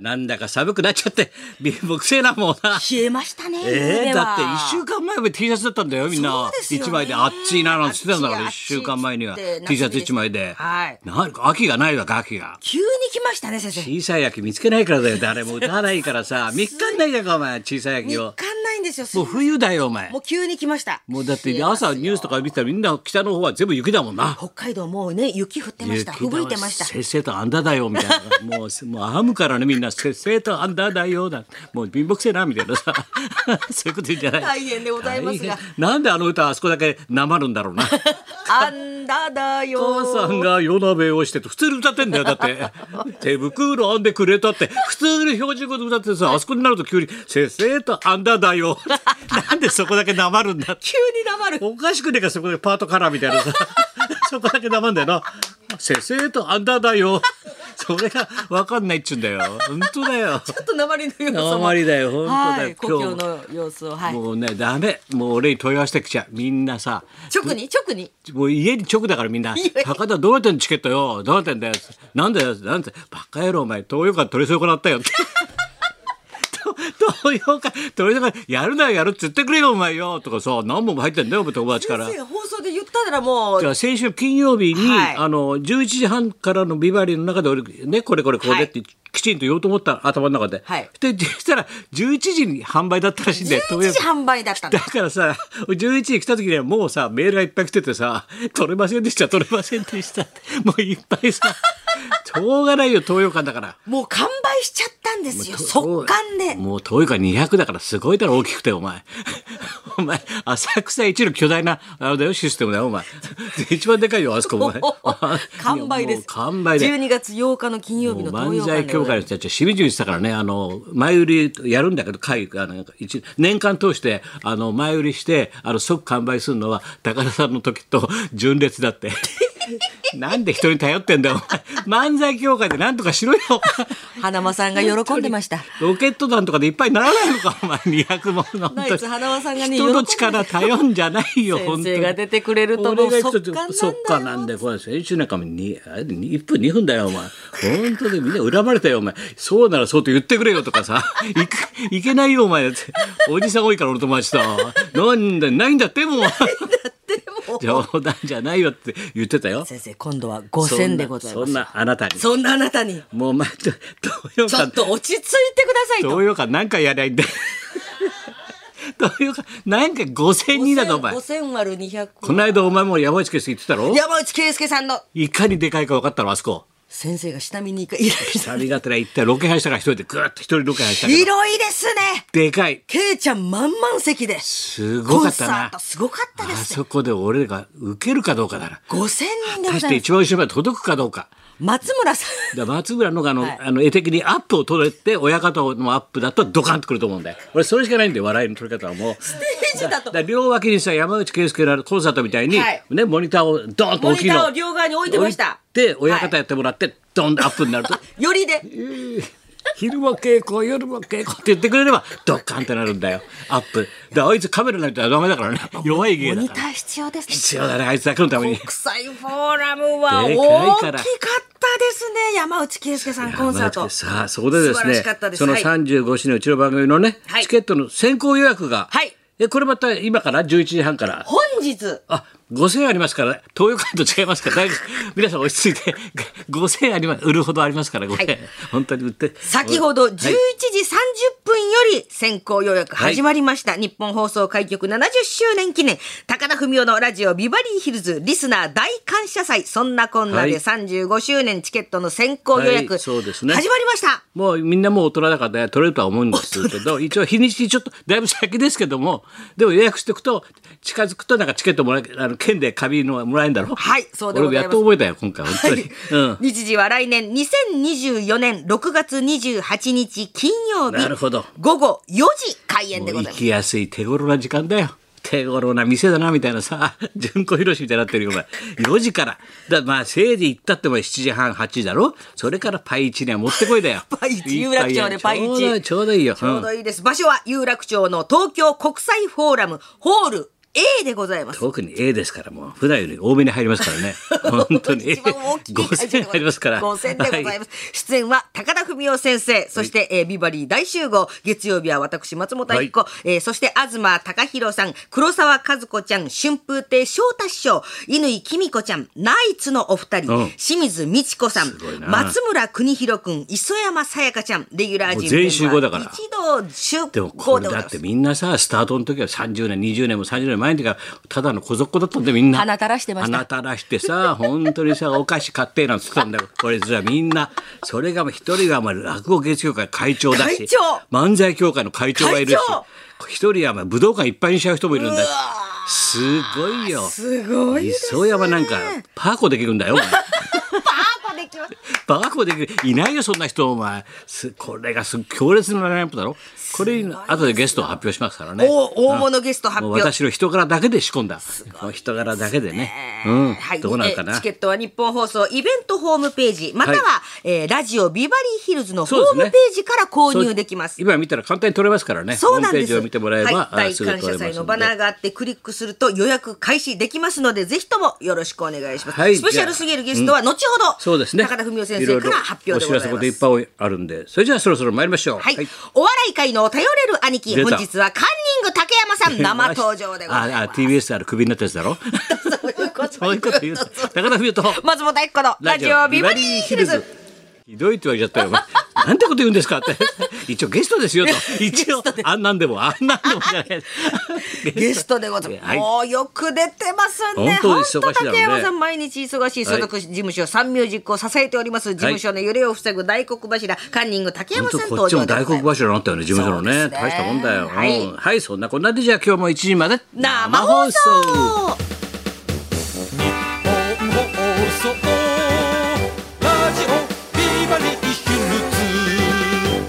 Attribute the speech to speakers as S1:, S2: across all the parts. S1: なんだか寒くなっちゃって、 貧乏くせえな、もうな。
S2: 冷えましたね。
S1: ええ
S2: 家では
S1: だって一週間前まで T シャツだったんだよ、みんな
S2: そう。です
S1: 一、
S2: よね
S1: 枚で暑いななんて言ってたんだから、一
S2: 暑い
S1: 週間前には
S2: 暑いって
S1: T シャツ一枚で。
S2: はい
S1: なんか秋がないわけ、秋が。
S2: 急に来ましたね、先生。
S1: 小さい秋見つけないからだよ、誰も歌わないから さ。三日にないじゃんか、お前、小さい秋
S2: 三
S1: を。
S2: 日ないんですよ。す
S1: もう
S2: ぐ
S1: 冬だよ、お前
S2: も。う急に来ました。
S1: もうだって朝ニュースとか見てたらみんな北の方は全部雪だもんな。
S2: 北海道もうね、雪降ってました。
S1: 雪
S2: 吹
S1: だ
S2: 雪いてました。
S1: せっせとあんだだよみたいなもうせもう編むからねみんなせっせとあんだだよだもう貧乏くせえなみたいなさ そういうこと言うんじゃない
S2: 大変でございますが
S1: 大変なんであの歌あそこだけなまるんだろうな
S2: あんだだよ。
S1: お父さんが夜鍋をしてって普通に歌ってんだよだって 手袋編んでくれたって普通に標準語で歌ってさあそこになると急にせっせとあんだだよ なんでそこだけなまるんだ
S2: 急に黙る。
S1: おかしくねえかそこでパートカラーみたいな さそこだけ黙んだよな「せせとあんだだよ」それが分かんないっちゅうんだよ本当だよ
S2: ちょっと黙りの様子も。
S1: 黙りだよ本当だよ、
S2: はい、故郷の様子を。はい。
S1: もうねダメもう俺に問い合わせてきちゃうみんなさ
S2: 直に直に。
S1: もう家に直だからみんな
S2: やいや
S1: 高田どうやってんのチケットよどうやってんだよなんだよなんてバカ野郎お前東洋館取り損なったよって 東洋館取り損なやるならやるって言ってくれよお前よとかさ何本も入ってんだよお前友達から
S2: 先生放送で言ったならも
S1: じ
S2: う。
S1: ゃあ先週金曜日に、
S2: はい
S1: あの11時半からのビバリーの中で俺ねこれこれこうでって、きちんと言おうと思った頭の中で、
S2: はい
S1: でそしたら11時に販売だったらしいんで
S2: 11時販売だったん
S1: だ
S2: だ。
S1: からさ11時来た時にはもうさメールがいっぱい来ててさ「取れませんでした取れませんでした」もういっぱいさしょうがないよ東洋館だから。
S2: もう完売しちゃったんですよ。速乾で。
S1: もう遠いから200だからすごいだろ大きくてお前 お前浅草一の巨大なあれだよシステムだよお前 一番でかいよあそこお 前
S2: 完売です。
S1: もう完売で
S2: 12月8日の金曜
S1: も
S2: 日
S1: う
S2: の
S1: 漫
S2: 東洋館
S1: 才
S2: で
S1: 協
S2: ござ
S1: 会
S2: い
S1: の
S2: ます。
S1: 人たちはしみじみしてたからねあの前売りやるんだけど会あの一年間通してあの前売りしてあの即完売するのは高田さんの時と純烈だって なんで人に頼ってんだよお前漫才協会でなんとかしろよ
S2: 花間さんが喜んでました。
S1: ロケット弾とかでいっぱいならないの か、お前、200も。
S2: ナイツ花輪さんがね
S1: 人の力頼んじゃないよ、
S2: 喜んで
S1: 本当に
S2: 先生が出てくれるともう
S1: 俺が言ってた時
S2: 速
S1: 速
S2: 乾
S1: 乾
S2: な
S1: なん
S2: だ
S1: ん
S2: よ
S1: で、これ、先週なんかもに、あれ、1分、2分だよ、お前。本当で、みんな恨まれたよ、お前。そうならそうと言ってくれよとかさ、 いくいけないよ、お前。おじさん多いから、俺の友達さ。なんだ、ないんだって、もう。冗談じゃないよって言ってたよ。
S2: 先生、今度は5000でございます。
S1: そんな、そんなあなたに。
S2: そんなあなたに、
S1: もう、まあ、ちょ東洋
S2: ちょ
S1: 館
S2: っと落ち着いてくださいと。
S1: 東洋館何回やりゃいいんだよ 東洋館何回5000人だぞお前
S2: 5000割る200。
S1: この間お前も山内圭介言ってたろ
S2: 山内圭介さんの
S1: いかにでかいか分かったのあそこ
S2: 先生が下見に行く。いろ
S1: 旅がてら行ったロケハンしたから一人でグーッと一人ロケハンした
S2: いろ。
S1: けど
S2: 広いですね。
S1: でかい
S2: ケイちゃん満々席で。
S1: す
S2: す
S1: ごかった
S2: コンサー
S1: な
S2: トすごかった
S1: あ
S2: ですね。
S1: そこで俺が受けるかどうかだな
S2: 5000人でご
S1: 果た
S2: ざ
S1: し
S2: い
S1: て
S2: ます。
S1: 一番後ろまで届くかどうか
S2: 松村さん。
S1: だから松村のがあの,、
S2: はい
S1: あの絵的にアップを取れて親方のアップだとドカンとくると思うんだよ俺それしかないんだよ笑いの取り方はもう
S2: ステージだと
S1: だか。ら両脇にさ山内圭介のコンサートみたいに、
S2: はい
S1: ね、モニターをドーンと
S2: モ
S1: 大
S2: ニ
S1: きい
S2: タ
S1: の
S2: ーを両側に置いてました。
S1: 置いて親方やってもらって、ドンとアップになる と
S2: よりで。
S1: 昼も稽古夜も稽古って言ってくれればドッカンってなるんだよアップだからあいつカメラないとダメだからね弱い芸
S2: モ
S1: だ
S2: ニ
S1: か
S2: タ
S1: ら
S2: ー必要ですね。
S1: 必要だねあいつだけのために
S2: 国際フォーラムは
S1: で
S2: 大き
S1: か
S2: か
S1: い
S2: っ
S1: か
S2: た
S1: ら
S2: ですね山内圭介さんコンサー
S1: ま
S2: ト
S1: あさあそこでです
S2: 素晴ら
S1: ね
S2: しかったです
S1: その
S2: はい
S1: 35市のうちの番組のね、
S2: はい
S1: チケットの先行予約が、
S2: はい
S1: えこれまた今から11時半から
S2: 本日
S1: あ、五千円ありますから、東洋館と違いますから、大丈夫皆さん落ち着いて、五千円あります、売るほどありますから、ごめん、
S2: はい
S1: 本当に売って。
S2: 先ほど11時30分より先行予約始まりました、日本放送開局70周年記念高田文夫のラジオビバリーヒルズリスナー大感謝祭そんなこんな
S1: は
S2: で
S1: い
S2: 35周年チケットの先行予約、
S1: はいそうですね
S2: 始まりました
S1: もうみんなもう大人だからね取れるとは思うんですけど一応日にちちょっとだいぶ先ですけどもでも予約しておくと近づくとなんかチケットもらえあの券で紙のがもらえるんだろ
S2: はいそうでございま
S1: 俺も
S2: す
S1: やっと覚えたよ今回本当に、うん
S2: 日時は来年2024年6月28日金曜日
S1: なるほど
S2: 午後4時開演で
S1: も
S2: ご
S1: う行
S2: ざいます
S1: きやすい手頃な時間だよ手頃な店だなみたいなさ 純子ひろしみたいになってるよお前4時からだまあせいで行ったっても7時半8時だろそれからパイ1には持ってこいだよ
S2: パイ一
S1: いっ
S2: 有
S1: ぱ
S2: 楽
S1: いや
S2: 町ねパイ一
S1: ちょうどいいちょうどいいよ
S2: ちょうどいいです場所は有楽町の東京国際フォーラムホール A でございます。
S1: 特に A ですからもう普段より多めに入りますからね 本当に
S2: 一番大きい会場でござい
S1: 5000入りますから
S2: 5000でございます。出演は高田文夫先生、そして、えービバリー大集合、月曜日は私、松本明子、えーそして東貴弘さん、黒沢和子ちゃん、春風亭昇太師匠、乾きみ子ちゃん、ナイツのお二人、
S1: うん
S2: 清水美智子さん
S1: すごい、な
S2: 松村邦弘君、磯山さやかちゃん、レギュラー陣
S1: もう全員集合だから
S2: 一同集合
S1: でもこれ
S2: でご
S1: だ
S2: ざい
S1: っ
S2: ま
S1: て
S2: す。
S1: みんなさスタートの時は30年20年も30年前の時はただの小族だったんでみんな
S2: 鼻垂らしてました
S1: 鼻垂らしてさ 本当にさお菓子買ってなんつってたんだよこれじゃみんなそれがもう一人がまあ落語芸術協会会長だし
S2: 会長
S1: 漫才協会の会長がいるし
S2: 会長
S1: 一人はまあ武道館いっぱいにしちゃう人もいるんだしすごいよ
S2: すごいですね。
S1: 磯山なんかパーコできるんだよお前
S2: パーパできます。
S1: バカ子できるいないよそんな人お前すこれがす強烈なラインアップだろこれ後でゲストを発表しますからね
S2: お大物ゲスト発
S1: もう
S2: 表。
S1: 私の人柄だけで仕込んだこの人柄だけでねうん、
S2: はい、
S1: どうなるか
S2: え
S1: な
S2: チケットは日本放送イベントホームページまたは、
S1: は
S2: えーラジオビバリーヒルズのホ
S1: そうで
S2: ー
S1: すね
S2: ムページから購入できます。
S1: 今見たら簡単に取れますからね
S2: そうなん
S1: ホームペ
S2: で
S1: ージ
S2: す。
S1: を見てもらえば、
S2: はい、
S1: あ
S2: 大
S1: すぐ
S2: 感
S1: 取れます
S2: 謝
S1: ん
S2: 祭
S1: で
S2: のバナーがあってクリックすると予約開始できますのでぜひともよろしくお願いします。
S1: はい
S2: スペシャルすぎるゲストは後ほど、
S1: そうですね
S2: 高田文夫先
S1: いろ
S2: 生
S1: い
S2: か
S1: ろ
S2: ら発表でござい
S1: お知ら
S2: ます。
S1: せこといっぱいあるんでそれじゃあそろそろ参りましょう
S2: はい、お笑い界の頼れる兄貴
S1: 出た
S2: 本日はカンニング竹山さん 生登場でござい
S1: ああ
S2: ます。
S1: TBS あるクビになったやつ だろ
S2: そういうこと
S1: そういうこと言うと高田冬と
S2: 松本明子のラジオビバリーヒルズ。。
S1: ひどいって言われちゃった よ。お前なんてこと言うんですかって。一応ゲストですよと。 一応、あんなんでも、あんなんでもじゃない。
S2: ゲストでございます。
S1: はい
S2: もうよく出てます
S1: 本
S2: ね。
S1: 当に忙しいだろうね
S2: 本当竹山さん毎日忙しい所属事務所、サンミュージックを支えております。事務所の揺れを防ぐ大黒柱、カンニング竹
S1: 本
S2: 山さ
S1: 当
S2: ん
S1: こっ
S2: 登
S1: ちも
S2: 場で
S1: 大
S2: ござ
S1: 黒
S2: います。
S1: 柱になったよね、事務所の
S2: そう
S1: ね。
S2: ですね
S1: 大したもんだよ。
S2: は
S1: はい
S2: い、
S1: はい、そんなこんなでじゃあ今日も1時まで。
S2: 生放送
S3: 本放送ラジオビバリーヒルズ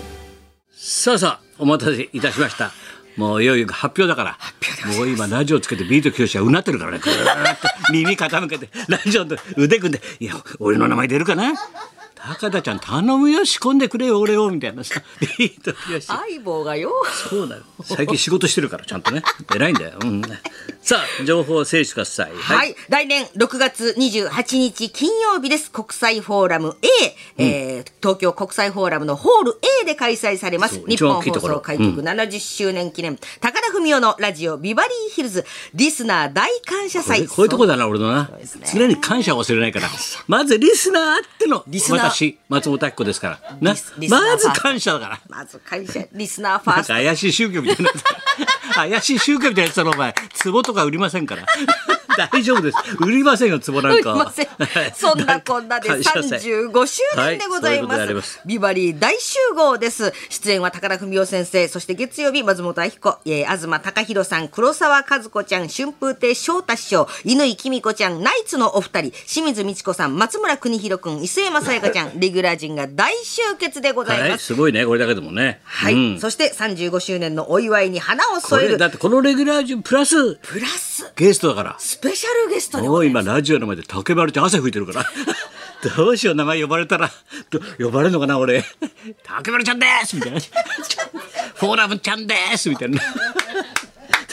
S1: さあさあ、お待たせいたしました。もういよいよ発表だから。もう今ラジオつけてビート教師はうなってるからね。ぐーって耳傾けて、ラジオと腕組んで、いや、俺の名前出るかな高田ちゃん頼むよ、仕込んでくれよ、俺を、みたいなさ。ビート教師。
S2: 相棒がよ。
S1: そうだよ。最近仕事してるから、ちゃんとね。偉いんだよ。うん。さあ、情報を整理してください。
S2: はい、来年6月28日金曜日です。国際フォーラム A、えー東京国際フォーラムのホール A で開催されます
S1: そ。う
S2: 日
S1: 一番
S2: 本
S1: 大きい
S2: 放
S1: ところ
S2: 送開局70周年記念、高田文夫のラジオビバリーヒルズ、リスナー大感謝
S1: こ
S2: 祭。
S1: れこういうとこだな俺のな、常に感謝を忘れないからまずリスナーあっての
S2: リスナー
S1: 私松本明子ですからな
S2: リスリスナー
S1: まず感謝だから
S2: まず会社、リスナーファ
S1: な
S2: ー
S1: ん
S2: ス
S1: か
S2: ト。
S1: 怪しい宗教みたいな怪しい宗教みたいなやつだろお前壺とか売りませんから 大丈夫です売りませんよ壺 なん
S2: すい
S1: かは
S2: ませんそんなこんな で
S1: 感謝祭
S2: 35周年でござい
S1: はそううこ
S2: ま,、
S1: とですあります
S2: ビバリー大集合です出演は高田文夫先生そして月曜日松本明子、えー、東貴弘さん黒沢和子ちゃん春風亭昇太師匠乾きみ子ちゃんナイツのお二人清水美智子さん松村邦弘君磯山さやかちゃんレギュラー陣が大集結でござい
S1: は
S2: ま
S1: い、
S2: す
S1: すごいねこれだけでもね
S2: はい、
S1: うん
S2: そして35周年のお祝いに花を
S1: こ
S2: 添え
S1: れ
S2: る
S1: だってこのレギュラー順プラス
S2: プラス
S1: ゲストだから
S2: スペシャルゲストで
S1: も
S2: ご
S1: う
S2: ざいま
S1: 今
S2: す
S1: ラジオの前で竹丸ちゃん汗拭いてるから どうしよう名前呼ばれたらど呼ばれるのかな俺竹丸ちゃんですみたいなちょフォーラムちゃんですみたいな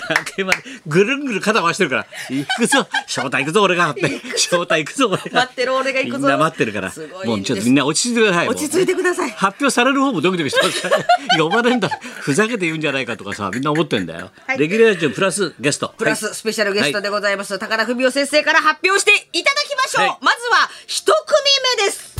S1: 竹丸ぐるんぐるん肩回してるから行くぞ翔太行くぞ俺がって翔太行くぞ俺が
S2: 待ってる俺が行くぞ
S1: みんな待ってるから
S2: すごい
S1: もうちょっとみんな落ち着いてください
S2: 落ち着いてください
S1: 発表される方もドキドキしてます から呼ばれるんだふざけて言うんじゃないかとかさみんな思ってんだよ、
S2: はい
S1: レギュラー陣プラスゲスト
S2: プラススペシャルゲストでございます、高田文夫先生から発表していただきましょう、
S1: はい
S2: まずは一組 目です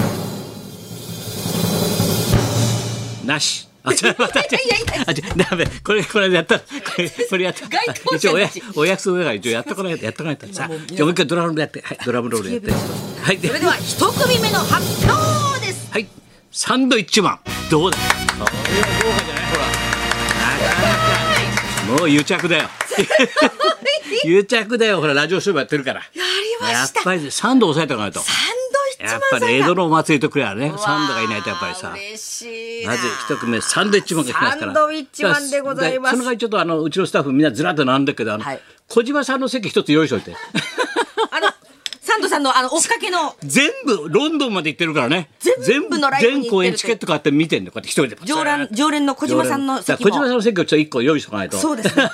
S1: なし。あ、違う、また違う
S2: いやいやいや
S1: あ、違う、ダメ。これ、これやった。これ、これやった。
S2: 該当
S1: 一
S2: 者
S1: 応おや
S2: なし、
S1: お約束だから、一応やっとかないと、やっとかないと。さあ、じゃあもう一回ドラムロールやって。はい、ドラムロールやって。はい、で
S2: それでは一組目の発表です
S1: はい。サンドイッチマン。どうだこれは豪華じゃないほら。なかなか。もう癒着だ よ。癒着だよ。ほら、ラジオショーやってるから。や
S2: りました
S1: やっぱりサンド抑えておかないと。
S2: サンドイッチ
S1: や
S2: マ
S1: っ
S2: ンさ
S1: ぱ
S2: んが
S1: り江戸のお祭りとくれはね、サンドがいないとやっぱりさ。
S2: わあ嬉しいな
S1: まず一組目サンドイッチマンが来ますから
S2: サンドイッチマンでございま
S1: だから
S2: す
S1: その代わりちょっとあのうちのスタッフみんなずらっとなんだけどあの、
S2: はい
S1: 小島さんの席一つ用意しとい て
S2: あのサンドさんのあの追っかけの
S1: 全部ロンドンまで行ってるからね
S2: 全部のライブに行ってるという
S1: 全公演チケット買って見てんのこうやって一人でパチャー
S2: 常連常連の小島さんの
S1: 常連だから
S2: 席
S1: 小島さん
S2: も
S1: の席をちょっと一個用意しとかないと
S2: そうですね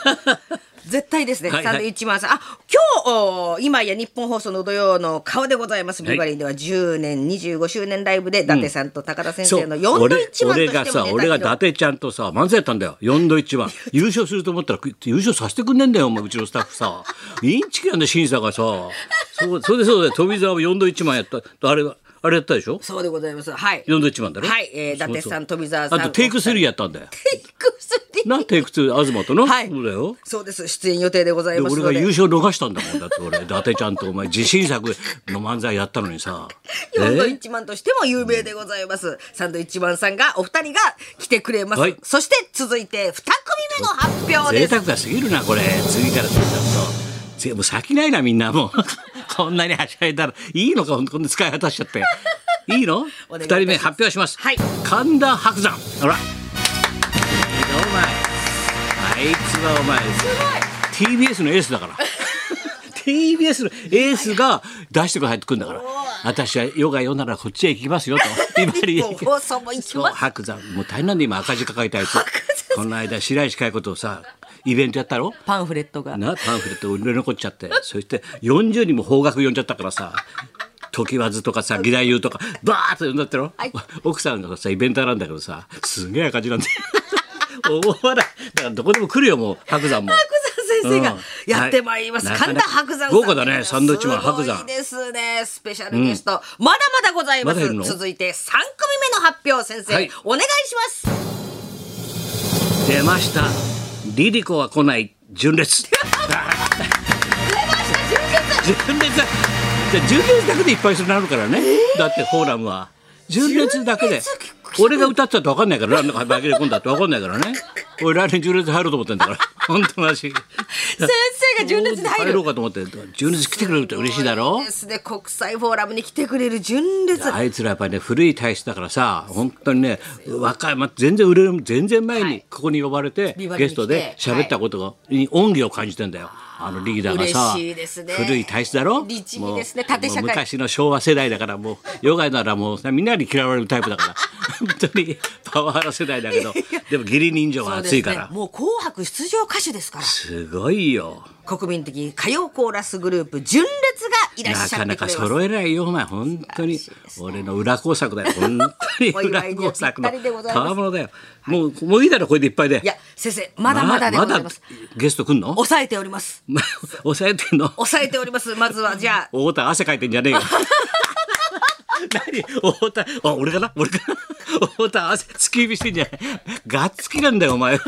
S2: 絶対ですね。
S1: はいはい
S2: サンドウィッチマンさん。あ、今日、お今や日本放送の土曜の顔でございます。
S1: はい
S2: ビバリーでは10年、25周年ライブで、伊達さんと高田先生の
S1: そう
S2: 4度一番と
S1: 俺俺
S2: しても
S1: が
S2: ネ
S1: さ
S2: タ披
S1: 俺
S2: 露
S1: が伊達ちゃんとさ漫才やったんだよ4度1番 優勝すると思ったらく優勝させてくんねえんだよお前うちのスタッフさインチキなんだ審査がさそうそれでそうだよ富澤も4度1番やったあれはあれやったでしょ
S2: そうでございます。はい。
S1: 4度1番だろ
S2: はいえー伊達
S1: そうそう
S2: さん富澤さん
S1: あとテイク3やったんだよ
S2: テイク3
S1: なテイク2東との、
S2: はい
S1: そうだよ
S2: そうです。出演予定でござい
S1: で
S2: ます
S1: 俺
S2: の
S1: が
S2: で。
S1: 優勝逃したんだもんだって俺伊達ちゃんとお前自信作の漫才やったのに さ
S2: 4度
S1: え
S2: 一番としても有名でございます。サンドイッチマンさんが、お二人が来てくれます。
S1: はい
S2: そして続いて、二組目の発表
S1: 贅
S2: です。
S1: 沢が過ぎるなこれ次から次だとぜもう先ないなみんなもう こんなにはしゃいだらいいのかほんとこんな使い果たしちゃ っていいの
S2: お願い
S1: 二人目
S2: いたします
S1: 発表します、
S2: はい
S1: 神田伯山ほらいいなお前あいつはお前 TBS のエースだから TBS のエースが出してく入ってくんだから私はヨガ世ならこっちへ行きますよと今に
S2: 日本放送も行きます
S1: 白山もう大変なんで今赤字抱え たやつこの間白石佳子とさイベントやったろ
S2: パンフレットが。
S1: なパンフレット売れ残っちゃってそして40人も方角読んじゃったからさ時和ずとかさ義太夫とかバーッと読んだってろ、
S2: はい
S1: 奥さんがさイベントなんだけどさすげえ赤字なんだよ 大笑いだからどこでも来るよもう白山も
S2: 白山先生が
S1: うん
S2: やってまいります。
S1: はい
S2: 神田白山さん。
S1: 豪華だねサンドイッチマン白
S2: すご
S1: 山
S2: いですね。スペシャルゲスト、まだまだございま
S1: まだい
S2: す。
S1: るの
S2: 続いて三組目の発表先生、
S1: はい
S2: お願いします。
S1: 出ましたリリコは来ない純烈純烈じゃあ純烈だけでいっぱいするなるからね、だってフォーラムは純烈だけで
S2: 純烈
S1: 俺が歌ってたって分かんないから何だか紛れ込んだって分かんない からね俺来年純烈入ろうと思ってんだから 本当なし
S2: 先生が純烈で入
S1: 入ろ
S2: る
S1: う。かと思って純烈来てくれるって嬉しいだろ
S2: いいですね。国際フォーラムに来てくれる純烈。
S1: あいつらやっぱりね古い体質だからさ本当にね若い、まあ、全然売れる全然前
S2: は
S1: に
S2: い
S1: ここに呼ばれて、
S2: ビバリー
S1: ゲ
S2: に
S1: ス
S2: 来て
S1: トで喋ったことが、に恩義を感じてんだよあのリーダーがさ
S2: 嬉しいですね
S1: 古い体質だろ
S2: 律
S1: も
S2: 儀
S1: う
S2: ですね縦社会
S1: もう昔の昭和世代だからもうヨガならもうさみんなに嫌われるタイプ だから本当にパワハラ世代だけどでも義理人情
S2: そ
S1: が
S2: うで
S1: 熱
S2: す
S1: い
S2: ね
S1: から。
S2: もう紅白出場歌手ですから。
S1: すごいよ
S2: 国民的歌謡コーラスグループ純烈がいらっ
S1: な
S2: しゃ
S1: か
S2: って
S1: な
S2: くれ
S1: か
S2: ます。
S1: 揃えないよお前本当に俺の裏工作だよ本当に
S2: お
S1: 裏
S2: 祝いには
S1: 工作の
S2: ぴったりでございます
S1: 戯物だよもうもういいだろこれでいっぱいで
S2: いや先生まだまだでございます。
S1: まだゲスト来んの
S2: 抑えております。
S1: ま抑えてんの
S2: 抑えております。まずはじゃあ。
S1: 太田汗かいてんじゃねえよ何太田あ俺かな俺かな太田汗突き指してんじゃないがっつきなんだよお前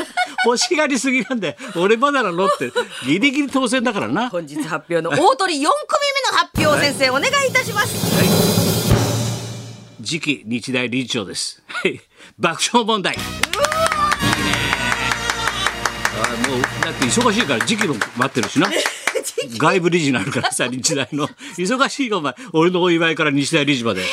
S1: 欲しがりすぎなんだよ俺まだなのってギリギリ当選だからな
S2: 本日発表の大鳥4組目の発表先生お願いいたします
S1: 次期日大理事長です はい爆笑問題いいねあもうだって忙しいから時期も待ってる しな外部理事になるからさ日大の忙しいよお前俺のお祝いから日大理事まで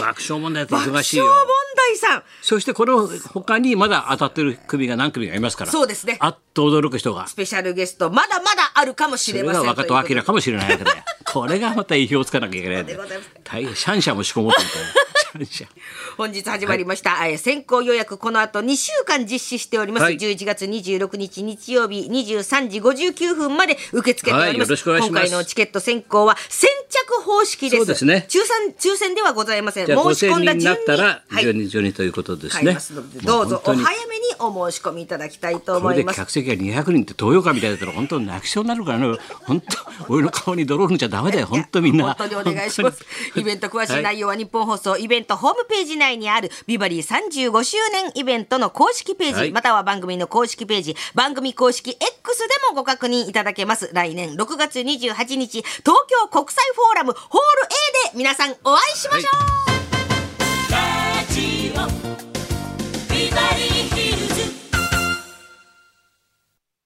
S1: 爆笑問題って
S2: 爆
S1: 忙
S2: 笑
S1: しいよ
S2: 問題さん
S1: そしてこの他にまだ当たってる組が何組かいますから
S2: そうですね
S1: あっと驚く人が
S2: スペシャルゲストまだまだあるかもし
S1: そ
S2: れ
S1: れ
S2: ま
S1: が
S2: せん
S1: 若戸明かもしれないわけだよこれがまた意表をつかなきゃいけないんだよ
S2: そうでございます
S1: 大変シャンシャンも仕込もうと思 ったよシャンシャン
S2: 本日始まりました、えー先行予約この後2週間実施しております、
S1: はい
S2: 11月26日日曜日23時59分まで受け付けております、
S1: はいよろしくお願いします
S2: 今回のチケット先行は先着方式です
S1: そうですね
S2: 抽選抽選ではございません
S1: じゃあ
S2: 申し込んだ
S1: 5000人にな
S2: 順
S1: った
S2: に
S1: ら
S2: はい
S1: 12、12ということです
S2: 買い
S1: ね
S2: ますので。どう
S1: も
S2: ぞお
S1: 本当に
S2: 早めにお申し込みいただきたいと
S1: こ
S2: 思
S1: れ
S2: い
S1: で
S2: ます
S1: 客席が200人って東洋館みたいだったら本当に泣きそうになるからね本当俺の顔に泥塗っちゃダメだよ本当みんな
S2: 本当にお願いします
S1: 本当。に
S2: イベント詳しい
S1: は
S2: 内容は日本放送イベントホームページ内にあるビバリー35周年イベントの公式ページ、
S1: はい
S2: または番組の公式ページ、番組公式 X でもご確認いただけます。来年6月28日、東京国際フォーラムホール A で皆さんお会いしましょう、